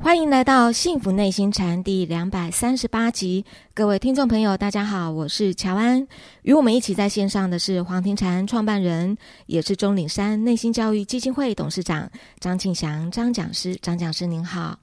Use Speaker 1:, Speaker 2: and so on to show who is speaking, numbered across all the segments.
Speaker 1: 欢迎来到《幸福内心禅》第两百三十八集，各位听众朋友，大家好，我是乔安。与我们一起在线上的是黄庭禅创办人，也是钟岭山内心教育基金会董事长张庆祥张讲师。张讲师您好，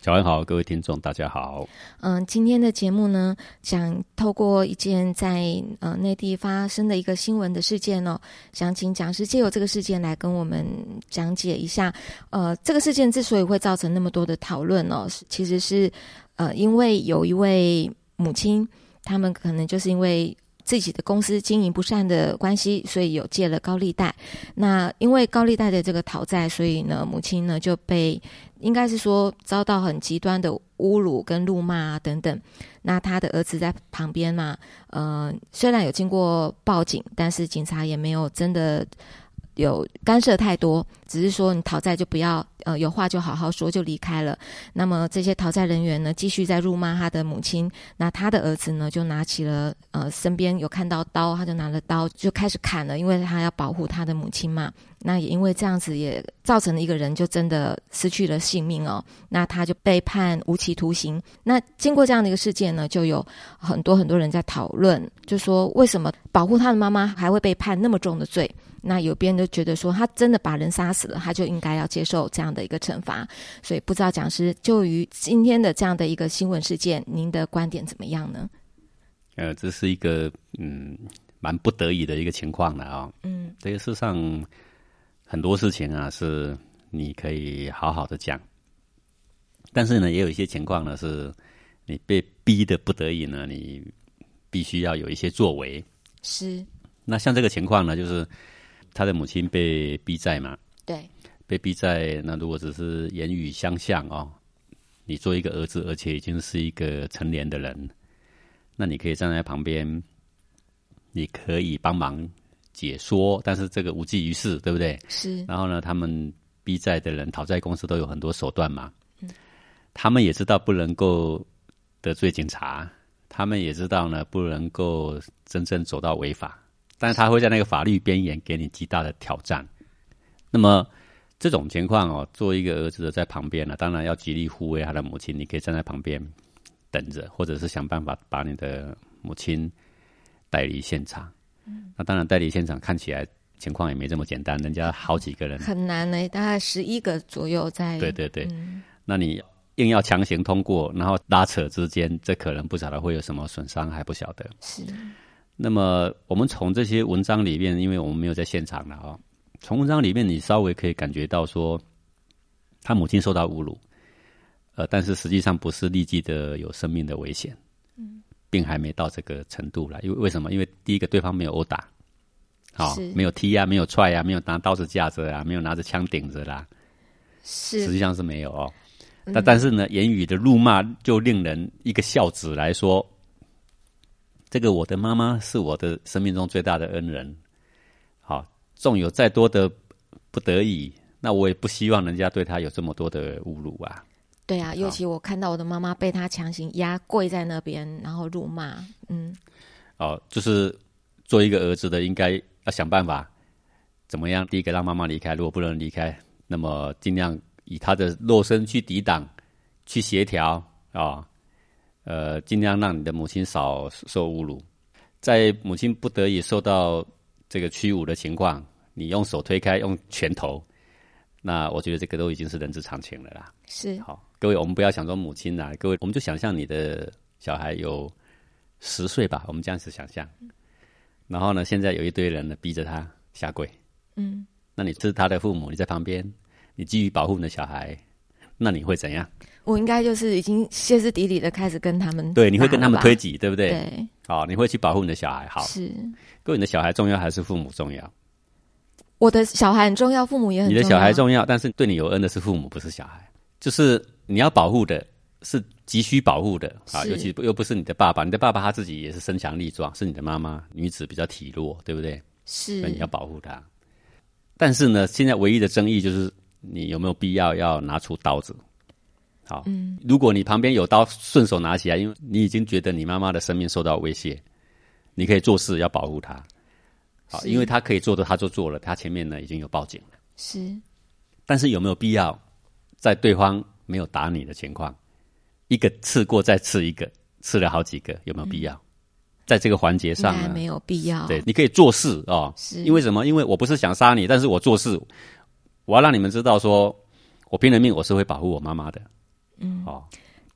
Speaker 2: 乔安好，各位听众大家好。
Speaker 1: 嗯，今天的节目呢，想透过一件在呃内地发生的一个新闻的事件哦，想请讲师借由这个事件来跟我们讲解一下。呃，这个事件之所以会造成那么多的讨论哦，是其实是呃因为有一位母亲，他们可能就是因为。自己的公司经营不善的关系，所以有借了高利贷。那因为高利贷的这个讨债，所以呢，母亲呢就被应该是说遭到很极端的侮辱跟辱骂啊等等。那他的儿子在旁边嘛，呃，虽然有经过报警，但是警察也没有真的有干涉太多，只是说你讨债就不要，呃，有话就好好说，就离开了。那么这些讨债人员呢，继续在辱骂他的母亲。那他的儿子呢，就拿起了呃身边有看到刀，他就拿了刀就开始砍了，因为他要保护他的母亲嘛。那也因为这样子，也造成了一个人就真的失去了性命哦。那他就被判无期徒刑。那经过这样的一个事件呢，就有很多很多人在讨论，就说为什么保护他的妈妈还会被判那么重的罪？那有别人就觉得说，他真的把人杀死了，他就应该要接受这样的一个惩罚。所以不知道讲师就于今天的这样的一个新闻事件，您的观点怎么样呢？
Speaker 2: 呃，这是一个嗯蛮不得已的一个情况了啊、
Speaker 1: 嗯
Speaker 2: 这个世上很多事情啊，是你可以好好的讲，但是呢，也有一些情况呢，是你被逼的不得已呢，你必须要有一些作为。
Speaker 1: 是，
Speaker 2: 那像这个情况呢，就是他的母亲被逼债嘛，
Speaker 1: 对，
Speaker 2: 被逼在那如果只是言语相向哦，你做一个儿子，而且已经是一个成年的人，那你可以站在旁边，你可以帮忙解说，但是这个无济于事，对不对？
Speaker 1: 是，
Speaker 2: 然后呢，他们逼债的人、讨债公司都有很多手段嘛，他们也知道不能够得罪警察，他们也知道呢不能够真正走到违法，但是他会在那个法律边缘给你极大的挑战。那么这种情况哦，作为一个儿子的在旁边呢、当然要极力护卫他的母亲，你可以站在旁边等着，或者是想办法把你的母亲带离现场。那当然，带离现场看起来情况也没这么简单，人家好几个人，
Speaker 1: 很难呢，大概十一个左右在，
Speaker 2: 对对对，那你硬要强行通过，然后拉扯之间，这可能不晓得会有什么损伤，还不晓得。
Speaker 1: 是，
Speaker 2: 那么我们从这些文章里面，因为我们没有在现场了哦，从文章里面你稍微可以感觉到说，他母亲受到侮辱，呃，但是实际上不是立即的有生命的危险，并还没到这个程度来。因为为什么？因为第一个对方没有殴打，好、
Speaker 1: 是
Speaker 2: 没有踢啊，没有踹啊，没有拿刀子架着啊，没有拿着枪顶着啦、实
Speaker 1: 是，
Speaker 2: 际上是没有哦。但但是呢，言语的辱骂就令人一个孝子来说，这个我的妈妈是我的生命中最大的恩人。好，纵有再多的不得已，那我也不希望人家对他有这么多的侮辱啊。
Speaker 1: 对啊，尤其我看到我的妈妈被他强行压跪在那边，然后辱骂，嗯，
Speaker 2: 哦，就是做一个儿子的，应该要想办法怎么样？第一个让妈妈离开，如果不能离开，那么尽量以他的肉身去抵挡、去协调啊、呃，尽量让你的母亲少受侮辱。在母亲不得已受到这个屈辱的情况，你用手推开，用拳头，那我觉得这个都已经是人之常情了啦。
Speaker 1: 是，
Speaker 2: 好，各位，我们不要想说母亲啦、各位，我们就想象你的小孩有十岁吧，我们这样子想象。然后呢，现在有一堆人呢逼着他下跪，
Speaker 1: 嗯，
Speaker 2: 那你是他的父母，你在旁边，你基于保护你的小孩，那你会怎样？
Speaker 1: 我应该就是已经歇斯底里的开始跟他们，
Speaker 2: 对，你会跟他们推，挤，对不对？
Speaker 1: 对，
Speaker 2: 好，你会去保护你的小孩。好，
Speaker 1: 是。
Speaker 2: 各位，你的小孩重要还是父母重要？
Speaker 1: 我的小孩很重要，父母也很
Speaker 2: 你
Speaker 1: 重要。
Speaker 2: 的小孩重要，但是对你有恩的是父母，不是小孩。就是你要保护的是急需保护的啊，
Speaker 1: 是
Speaker 2: 尤其不又不是你的爸爸，你的爸爸他自己也是身强力壮，是你的妈妈，女子比较体弱，对不对？
Speaker 1: 是
Speaker 2: 所以你要保护她。但是呢，现在唯一的争议就是你有没有必要要拿出刀子？好，
Speaker 1: 嗯
Speaker 2: 如果你旁边有刀，顺手拿起来，因为你已经觉得你妈妈的生命受到威胁，你可以做事要保护她。好，
Speaker 1: 是
Speaker 2: 因为她可以做的，她就做了，她前面呢已经有报警了。
Speaker 1: 是
Speaker 2: 但是有没有必要在对方没有打你的情况，一个刺过再刺一个，刺了好几个，有没有必要？在这个环节
Speaker 1: 应
Speaker 2: 上
Speaker 1: 该
Speaker 2: 呢，
Speaker 1: 嗯没有必要。
Speaker 2: 对，，你可以做事哦，
Speaker 1: 是
Speaker 2: 因为什么？因为我不是想杀你，但是我做事，我要让你们知道说，我拼了命，我是会保护我妈妈的。嗯，哦，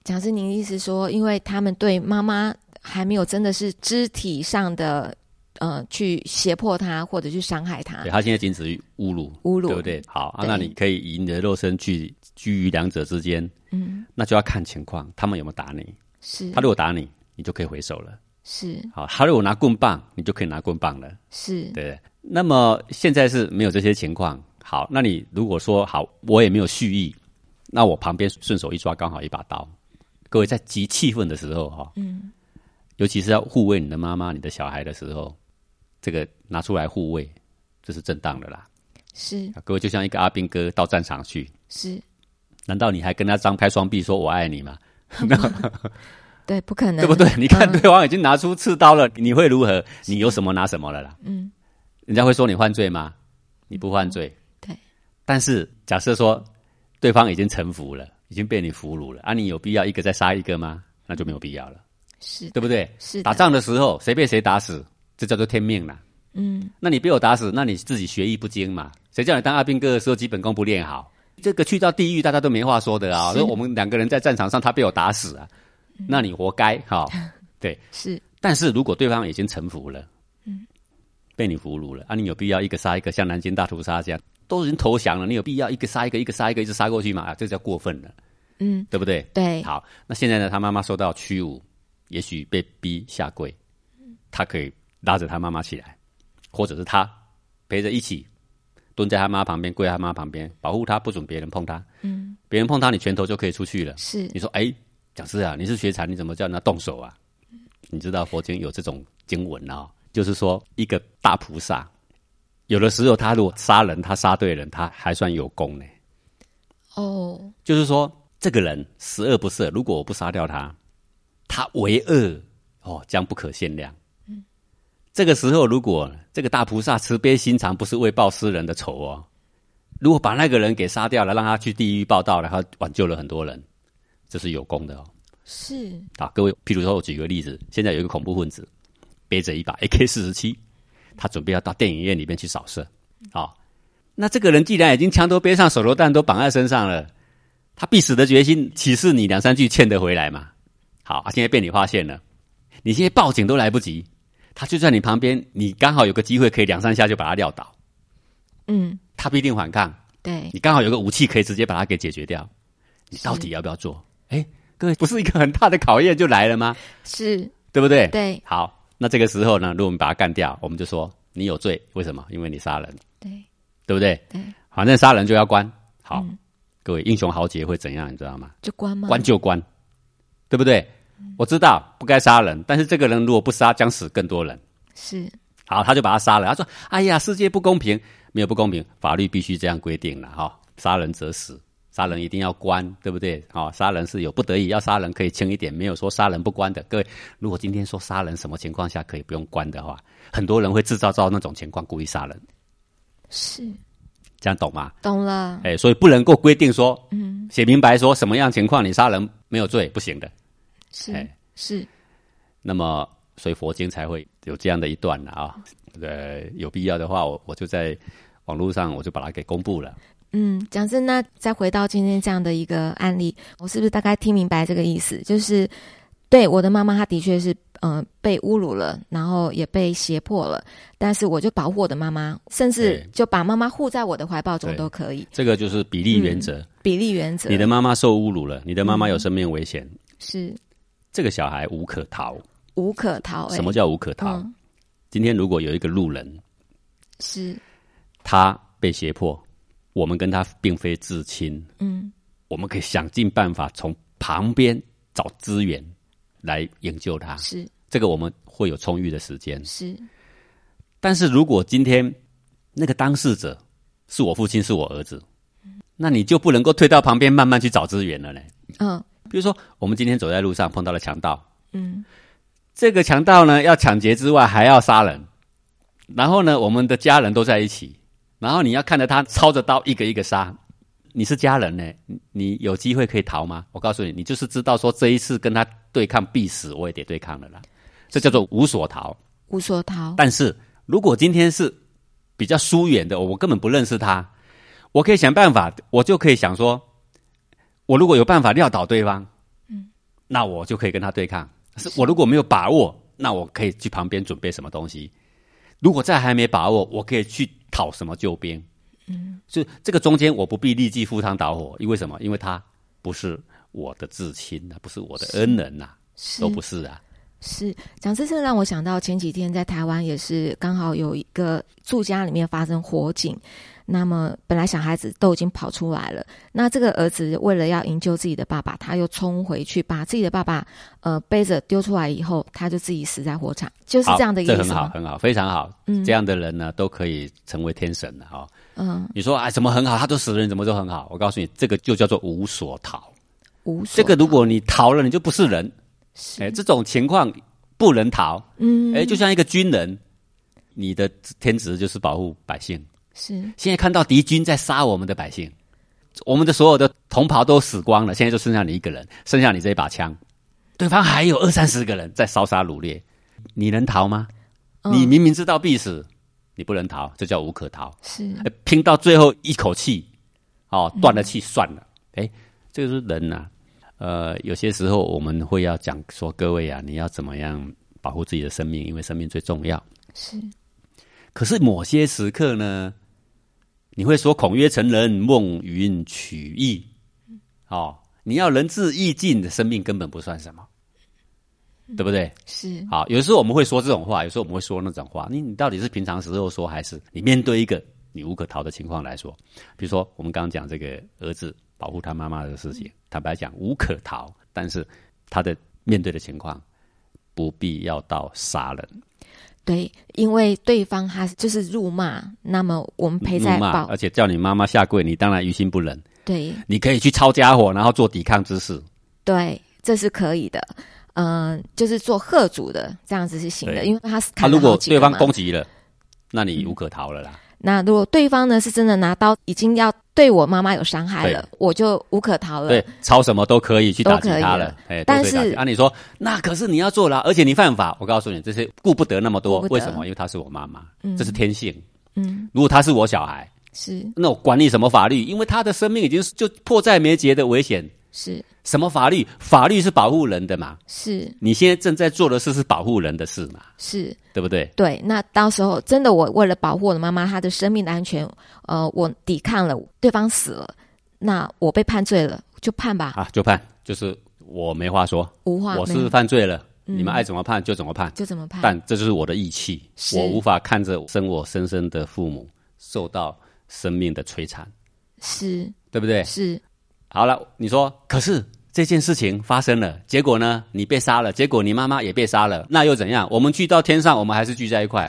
Speaker 1: 讲师，您的意思说，因为他们对妈妈还没有真的是肢体上的呃去胁迫她或者去伤害她
Speaker 2: 对，他现在仅止于侮辱，
Speaker 1: 侮辱，
Speaker 2: 对不？对？好，啊、
Speaker 1: 对
Speaker 2: 那你可以以你的肉身去居于两者之间，嗯，那就要看情况，他们有没有打你。
Speaker 1: 是
Speaker 2: 他如果打你，你就可以回手了。
Speaker 1: 是
Speaker 2: 好，他如果拿棍棒，你就可以拿棍棒了，
Speaker 1: 是
Speaker 2: 对不对？那么现在是没有这些情况。好，那你如果说好，我也没有蓄意，那我旁边顺手一抓，刚好一把刀。各位在极气愤的时候，哈、嗯，尤其是要护卫你的妈妈、你的小孩的时候，这个拿出来护卫，这是正当的啦。
Speaker 1: 是
Speaker 2: 啊各位就像一个阿兵哥到战场去，
Speaker 1: 是，
Speaker 2: 难道你还跟他张开双臂说我爱你吗？
Speaker 1: 对，不可能，
Speaker 2: 对不对？你看
Speaker 1: 嗯
Speaker 2: 对方已经拿出刺刀了，你会如何？你有什么拿什么了啦？嗯，人家会说你犯罪吗？你不犯罪。
Speaker 1: 对。
Speaker 2: 但是假设说对方已经臣服了，已经被你俘虏了，啊，你有必要一个再杀一个吗？那就没有必要了，
Speaker 1: 是
Speaker 2: 对不对？
Speaker 1: 是的
Speaker 2: 打仗的时候，谁被谁打死，这叫做天命啦。嗯，那你被我打死，那你自己学艺不精嘛？谁叫你当阿兵哥的时候基本功不练好？这个去到地狱，大家都没话说的啊！
Speaker 1: 是嗯
Speaker 2: 所以我们两个人在战场上，他被我打死啊，那你活该哈、
Speaker 1: 是
Speaker 2: 但是如果对方已经臣服了，嗯，被你俘虏了，啊，你有必要一个杀一个，像南京大屠杀这样，都已经投降了，你有必要一个杀一个，一个杀一个，一直杀过去吗？啊，这叫过分了，
Speaker 1: 嗯，
Speaker 2: 对不对？
Speaker 1: 对，
Speaker 2: 好，那现在呢，他妈妈受到屈辱，也许被逼下跪，他可以拉着他妈妈起来，或者是他陪着一起蹲在他妈旁边，跪在他妈旁边，保护他，不准别人碰他。嗯，别人碰他，你拳头就可以出去了。
Speaker 1: 是
Speaker 2: 你说，哎，讲师啊，你是学禅，你怎么叫人家动手啊？你知道佛经有这种经文啊、就是说一个大菩萨，有的时候他如果杀人，他杀对人，他还算有功呢。
Speaker 1: 哦，
Speaker 2: 就是说，这个人十恶不赦，如果我不杀掉他，他为恶哦，将不可限量。这个时候，如果这个大菩萨慈悲心肠，不是为报私人的仇哦，如果把那个人给杀掉了，让他去地狱报道，然后挽救了很多人，这是有功的哦。
Speaker 1: 是
Speaker 2: 啊，各位，譬如说我举个例子，现在有一个恐怖分子背着一把 AK 四十七，他准备要到电影院里面去扫射。啊、那这个人既然已经枪都背上，手榴弹都绑在身上了，他必死的决心，岂是你两三句劝得回来嘛？好，啊、现在被你发现了，你现在报警都来不及，他就在你旁边，你刚好有个机会可以两三下就把他撂倒，
Speaker 1: 嗯，
Speaker 2: 他必定反抗。
Speaker 1: 对，
Speaker 2: 你刚好有个武器可以直接把它给解决掉，你到底要不要做？哎，各位，不是一个很大的考验就来了吗？
Speaker 1: 是
Speaker 2: 对不对？
Speaker 1: 对
Speaker 2: 好，那这个时候呢，如果我们把他干掉，我们就说你有罪，为什么？因为你杀人，
Speaker 1: 对
Speaker 2: 对不对？
Speaker 1: 对，
Speaker 2: 反正杀人就要关。好，各位英雄豪杰会怎样？你知道吗？
Speaker 1: 就关吗？
Speaker 2: 关就关，对不对？我知道不该杀人，但是这个人如果不杀，将死更多人。
Speaker 1: 是
Speaker 2: 好，他就把他杀了。他说：“哎呀，世界不公平，没有不公平，法律必须这样规定了哈、杀人者死，杀人一定要关，对不对？好、杀人是有不得已要杀人可以轻一点，没有说杀人不关的。各位，如果今天说杀人什么情况下可以不用关的话，很多人会制造到那种情况故意杀人，
Speaker 1: 是，
Speaker 2: 这样懂吗？
Speaker 1: 懂了，
Speaker 2: 哎，所以不能够规定说，嗯，写明白说什么样情况你杀人没有罪，不行的。
Speaker 1: 是
Speaker 2: 哎
Speaker 1: 是
Speaker 2: 那么，所以佛经才会有这样的一段了啊。呃，有必要的话，我我就在网络上我就把它给公布了。
Speaker 1: 嗯，讲真，那再回到今天这样的一个案例，我是不是大概听明白这个意思？就是对我的妈妈，她的确是呃被侮辱了，然后也被胁迫了，但是我就保护我的妈妈，甚至
Speaker 2: 对
Speaker 1: 就把妈妈护在我的怀抱中
Speaker 2: 对
Speaker 1: 都可以。
Speaker 2: 这个就是比例原则。
Speaker 1: 比例原则，
Speaker 2: 你的妈妈受侮辱了，你的妈妈有生命危险，
Speaker 1: 是
Speaker 2: 这个小孩无可逃。
Speaker 1: 无可逃、哎
Speaker 2: 什么叫无可逃？
Speaker 1: 嗯
Speaker 2: 今天如果有一个路人，
Speaker 1: 是
Speaker 2: 他被胁迫，我们跟他并非至亲，
Speaker 1: 嗯
Speaker 2: 我们可以想尽办法从旁边找资源来营救他。
Speaker 1: 是
Speaker 2: 这个我们会有充裕的时间。
Speaker 1: 是
Speaker 2: 但是如果今天那个当事者是我父亲，是我儿子，那你就不能够退到旁边慢慢去找资源了呢。
Speaker 1: 嗯
Speaker 2: 比如说，我们今天走在路上碰到了强盗，嗯，这个强盗呢要抢劫之外还要杀人，然后呢我们的家人都在一起，然后你要看着他操着刀一个一个杀，你是家人呢、你你有机会可以逃吗？我告诉你，你就是知道说这一次跟他对抗必死，我也得对抗了啦，这叫做无所逃。
Speaker 1: 无所逃，
Speaker 2: 但是如果今天是比较疏远的，我根本不认识他，我可以想办法，我就可以想说，我如果有办法撂倒对方，嗯，那我就可以跟他对抗。是我如果没有把握，那我可以去旁边准备什么东西。如果再还没把握，我可以去讨什么救兵。嗯，就这个中间我不必立即赴汤蹈火，因为什么？因为他不是我的至亲啊，不是我的恩人呐、
Speaker 1: 是
Speaker 2: 都不是啊。
Speaker 1: 是，讲这这让我想到前几天在台湾也是刚好有一个住家里面发生火警，那么本来小孩子都已经跑出来了，那这个儿子为了要营救自己的爸爸，他又冲回去把自己的爸爸呃背着丢出来以后，他就自己死在火场，就是
Speaker 2: 好
Speaker 1: 这样的一
Speaker 2: 这
Speaker 1: 个意
Speaker 2: 很
Speaker 1: 思
Speaker 2: 好，
Speaker 1: 吗？
Speaker 2: 很好，非常好。
Speaker 1: 嗯
Speaker 2: 这样的人呢，都可以成为天神的哦。
Speaker 1: 嗯，
Speaker 2: 你说啊，怎么很好？他都死了，你怎么都很好？我告诉你，这个就叫做无所逃。
Speaker 1: 无所
Speaker 2: 这个如
Speaker 1: 逃
Speaker 2: 果你逃了，你就不是人。
Speaker 1: 是
Speaker 2: 哎，这种情况不能逃。
Speaker 1: 嗯
Speaker 2: 哎，就像一个军人，你的天职就是保护百姓。
Speaker 1: 是
Speaker 2: 现在看到敌军在杀我们的百姓，我们的所有的同袍都死光了，现在就剩下你一个人，剩下你这一把枪，对方还有二三十个人在烧杀掳掠，你能逃吗？
Speaker 1: 嗯
Speaker 2: 你明明知道必死，你不能逃，这叫无可逃。
Speaker 1: 是
Speaker 2: 哎拼到最后一口气，哦，断了气算了。哎、这个是人呐、呃，有些时候我们会要讲说，各位啊，你要怎么样保护自己的生命，因为生命最重要。
Speaker 1: 是
Speaker 2: 可是某些时刻呢，你会说“孔曰成人，孟云取义”，哦，你要仁至义尽，的生命根本不算什么，对不对？
Speaker 1: 是
Speaker 2: 好，有时候我们会说这种话，有时候我们会说那种话。你你到底是平常时候说，还是你面对一个你无可逃的情况来说？比如说我们刚刚讲这个儿子保护他妈妈的事情，坦白讲无可逃，但是他的面对的情况不必要到杀人。
Speaker 1: 对，因为对方他就是辱骂，那么我们陪在
Speaker 2: 怒骂，呃
Speaker 1: 保
Speaker 2: 嗯而且叫你妈妈下跪，你当然于心不忍。
Speaker 1: 对
Speaker 2: 你可以去抄家伙，然后做抵抗之事。
Speaker 1: 对，这是可以的。嗯、就是做贺主的这样子是行的，
Speaker 2: 对
Speaker 1: 因为他是
Speaker 2: 他、
Speaker 1: 砍了
Speaker 2: 啊如果
Speaker 1: 好几个
Speaker 2: 对方
Speaker 1: 嘛嗯
Speaker 2: 攻击了，那你无可逃了啦。
Speaker 1: 那如果对方呢是真的拿刀已经要对我妈妈有伤害了，我就无可逃了。
Speaker 2: 对，抄什么都可以去打击他
Speaker 1: 呃都
Speaker 2: 了。哎，
Speaker 1: 但
Speaker 2: 都可以打击
Speaker 1: 是
Speaker 2: 啊，你说那可是你要做啦，而且你犯法。我告诉你，这些顾不得那么多
Speaker 1: 顾不，得
Speaker 2: 为什么？因为她是我妈妈，
Speaker 1: 嗯
Speaker 2: 这是天性。
Speaker 1: 嗯，
Speaker 2: 如果她是我小孩，
Speaker 1: 是
Speaker 2: 那我管你什么法律？因为她的生命已经是就迫在眉睫的危险。
Speaker 1: 是
Speaker 2: 什么法律？法律是保护人的嘛。
Speaker 1: 是
Speaker 2: 你现在正在做的事是保护人的事嘛，
Speaker 1: 是，
Speaker 2: 对不对？
Speaker 1: 对。那到时候真的我为了保护我的妈妈她的生命的安全，呃，我抵抗了，对方死了，那我被判罪了，就判吧，
Speaker 2: 啊，就判，就是我没话说，
Speaker 1: 无话嗯
Speaker 2: 我
Speaker 1: 没
Speaker 2: 是犯罪了，你们爱怎么判就怎么判，
Speaker 1: 就怎么判？
Speaker 2: 但这就是我的义气，
Speaker 1: 是
Speaker 2: 我无法看着生我生生的父母受到生命的摧残，
Speaker 1: 是
Speaker 2: 对不对？
Speaker 1: 是
Speaker 2: 好了，你说，可是这件事情发生了，结果呢，你被杀了，结果你妈妈也被杀了，那又怎样？我们聚到天上，我们还是聚在 一块，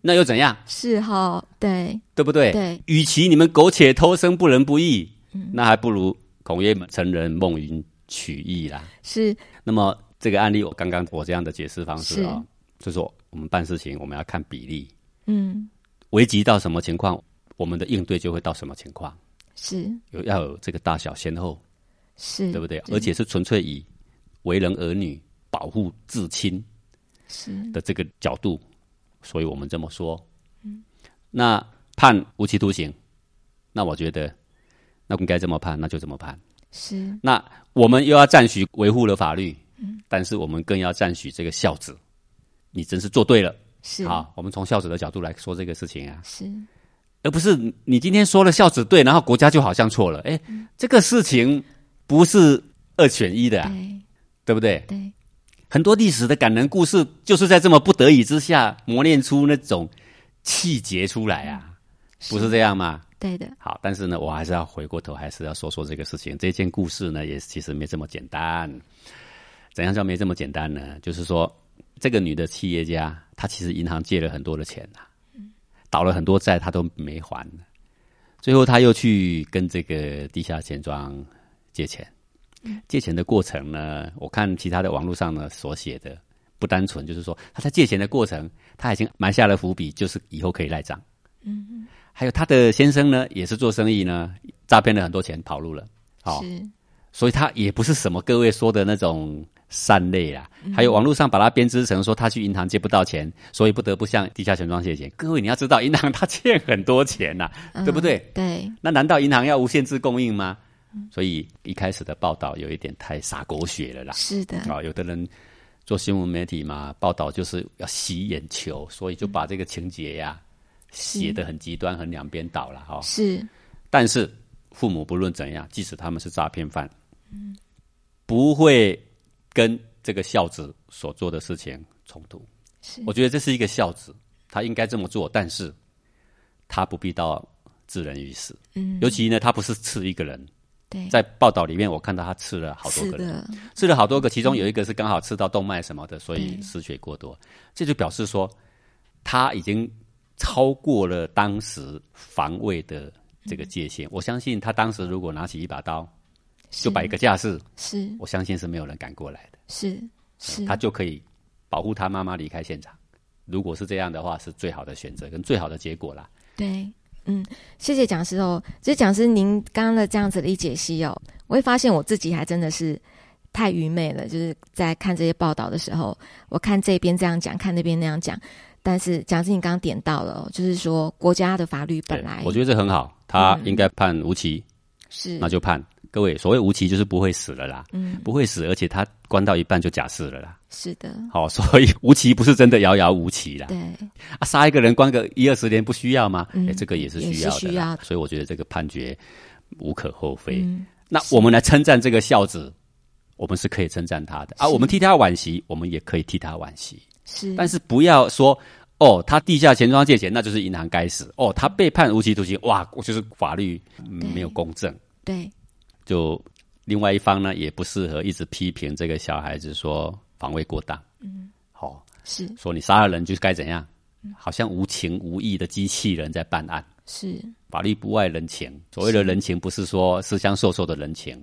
Speaker 2: 那又怎样？
Speaker 1: 是哈，对
Speaker 2: 对不对？
Speaker 1: 对嗯
Speaker 2: 与其你们苟且偷生，不仁不义，那还不如孔曰成人，孟云取义啦。
Speaker 1: 是
Speaker 2: 那么这个案例，我刚刚我这样的解释方式啊、就说我们办事情我们要看比例，
Speaker 1: 嗯
Speaker 2: 危及到什么情况，我们的应对就会到什么情况，
Speaker 1: 是
Speaker 2: 有要有这个大小先后，
Speaker 1: 是，
Speaker 2: 对不对？而且是纯粹以为人儿女、保护至亲
Speaker 1: 是
Speaker 2: 的这个角度，所以我们这么说。那判无期徒刑，那我觉得，那应该这么判，那就这么判。
Speaker 1: 是
Speaker 2: 那我们又要赞许维护了法律，但是我们更要赞许这个孝子，你真是做对了。
Speaker 1: 是
Speaker 2: 好，我们从孝子的角度来说这个事情啊，
Speaker 1: 是
Speaker 2: 而不是你你今天说了孝子对，然后国家就好像错了。哎，这个事情不是二选一的、啊，
Speaker 1: 对
Speaker 2: 对不对？
Speaker 1: 对
Speaker 2: 很多历史的感人故事就是在这么不得已之下磨练出那种气节出来啊，不是这样吗？
Speaker 1: 对的，
Speaker 2: 好，但是呢，我还是要回过头，还是要说说这个事情。这件故事呢，也其实没这么简单。怎样叫没这么简单呢？就是说，这个女的企业家，她其实银行借了很多的钱啊，倒了很多债，她都没还。最后，她又去跟这个地下钱庄借钱。借钱的过程呢，我看其他的网络上呢所写的不单纯，就是说她在借钱的过程，她已经埋下了伏笔，就是以后可以赖账。
Speaker 1: 嗯，
Speaker 2: 还有他的先生呢，也是做生意呢，诈骗了很多钱跑路了。好、
Speaker 1: 是，
Speaker 2: 所以他也不是什么各位说的那种善类啦。还有网络上把它编织成说他去银行借不到钱，所以不得不向地下钱庄借钱。各位你要知道，银行他欠很多钱呐、
Speaker 1: 嗯
Speaker 2: 对不对？
Speaker 1: 对，
Speaker 2: 那难道银行要无限制供应吗？所以一开始的报道有一点太洒狗血了啦。
Speaker 1: 是的，
Speaker 2: 啊、有的人做新闻媒体嘛，报道就是要洗眼球，所以就把这个情节呀、写得很极端，很两边倒了哈、哦。
Speaker 1: 是，
Speaker 2: 但是父母不论怎样，即使他们是诈骗犯，不会跟这个孝子所做的事情冲突。
Speaker 1: 是
Speaker 2: 我觉得这是一个孝子，他应该这么做，但是他不必到置人于死。
Speaker 1: 嗯，
Speaker 2: 尤其呢，他不是刺一个人，
Speaker 1: 对，
Speaker 2: 在报道里面我看到他刺了好多
Speaker 1: 是
Speaker 2: 个人，
Speaker 1: 的，
Speaker 2: 刺了好多个，其中有一个是刚好刺到动脉什么的，所以
Speaker 1: 对
Speaker 2: 失血过多。这就表示说，他已经超过了当时防卫的这个界限。我相信他当时如果拿起一把刀，
Speaker 1: 是
Speaker 2: 就摆一个架势，
Speaker 1: 是
Speaker 2: 我相信是没有人敢过来的，
Speaker 1: 是是，
Speaker 2: 他就可以保护他妈妈离开现场。如果是这样的话，是最好的选择跟最好的结果啦。
Speaker 1: 对，嗯，谢谢讲师哦。所以讲师，您刚刚的这样子的一解析哦，我会发现我自己还真的是太愚昧了。就是在看这些报道的时候，我看这边这样讲，看那边那样讲。但是讲师，你刚刚点到了、哦，就是说国家的法律本
Speaker 2: 对
Speaker 1: 来
Speaker 2: 我觉得这很好，他应该判无期，
Speaker 1: 是
Speaker 2: 那就判。各位，所谓无期就是不会死了啦，
Speaker 1: 嗯
Speaker 2: 不会死，而且他关到一半就假释了啦。
Speaker 1: 是的，
Speaker 2: 好、所以无期不是真的遥遥无期啦。
Speaker 1: 对
Speaker 2: 啊，杀一个人关个一二十年不需要吗？哎、
Speaker 1: 嗯
Speaker 2: 这个也是
Speaker 1: 也
Speaker 2: 需
Speaker 1: 是
Speaker 2: 要的啦。
Speaker 1: 需要的
Speaker 2: 所以我觉得这个判决无可厚非。
Speaker 1: 嗯
Speaker 2: 那我们来称赞这个孝子，我们是可以称赞他的啊，
Speaker 1: 是
Speaker 2: 我们替他惋惜，我们也可以替他惋惜，
Speaker 1: 是，
Speaker 2: 但是不要说。哦，他地下钱庄借钱，那就是银行该死。哦，他被判无期徒刑，哇，我就是法律、嗯
Speaker 1: 对
Speaker 2: 没有公正。
Speaker 1: 对
Speaker 2: 就另外一方呢，也不适合一直批评这个小孩子说防卫过当。嗯，好、
Speaker 1: 是
Speaker 2: 说你杀了人就该怎样，好像无情无义的机器人在办案。
Speaker 1: 是
Speaker 2: 法律不外人情，所谓的人情不是说私相授受的人情，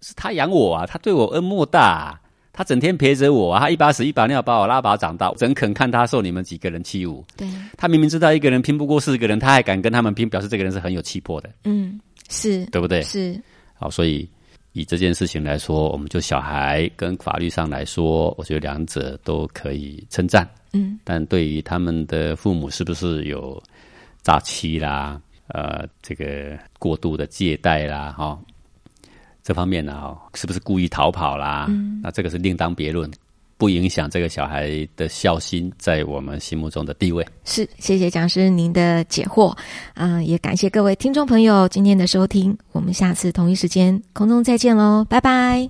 Speaker 2: 是他养我啊，他对我恩莫大、啊，他整天陪着我啊，他一把屎一把尿把我拉拔长大，怎肯看他受你们几个人欺侮？
Speaker 1: 对，
Speaker 2: 他明明知道一个人拼不过四个人，他还敢跟他们拼，表示这个人是很有气魄的，
Speaker 1: 嗯是
Speaker 2: 对不对？
Speaker 1: 是
Speaker 2: 好，所以以这件事情来说，我们就小孩跟法律上来说，我觉得两者都可以称赞。
Speaker 1: 嗯
Speaker 2: 但对于他们的父母是不是有诈欺啦，呃，这个过度的借贷啦，哈、这方面呢、哦，是不是故意逃跑啦？那这个是另当别论，不影响这个小孩的孝心在我们心目中的地位。
Speaker 1: 是，谢谢讲师您的解惑，啊、也感谢各位听众朋友今天的收听，我们下次同一时间空中再见喽，拜拜。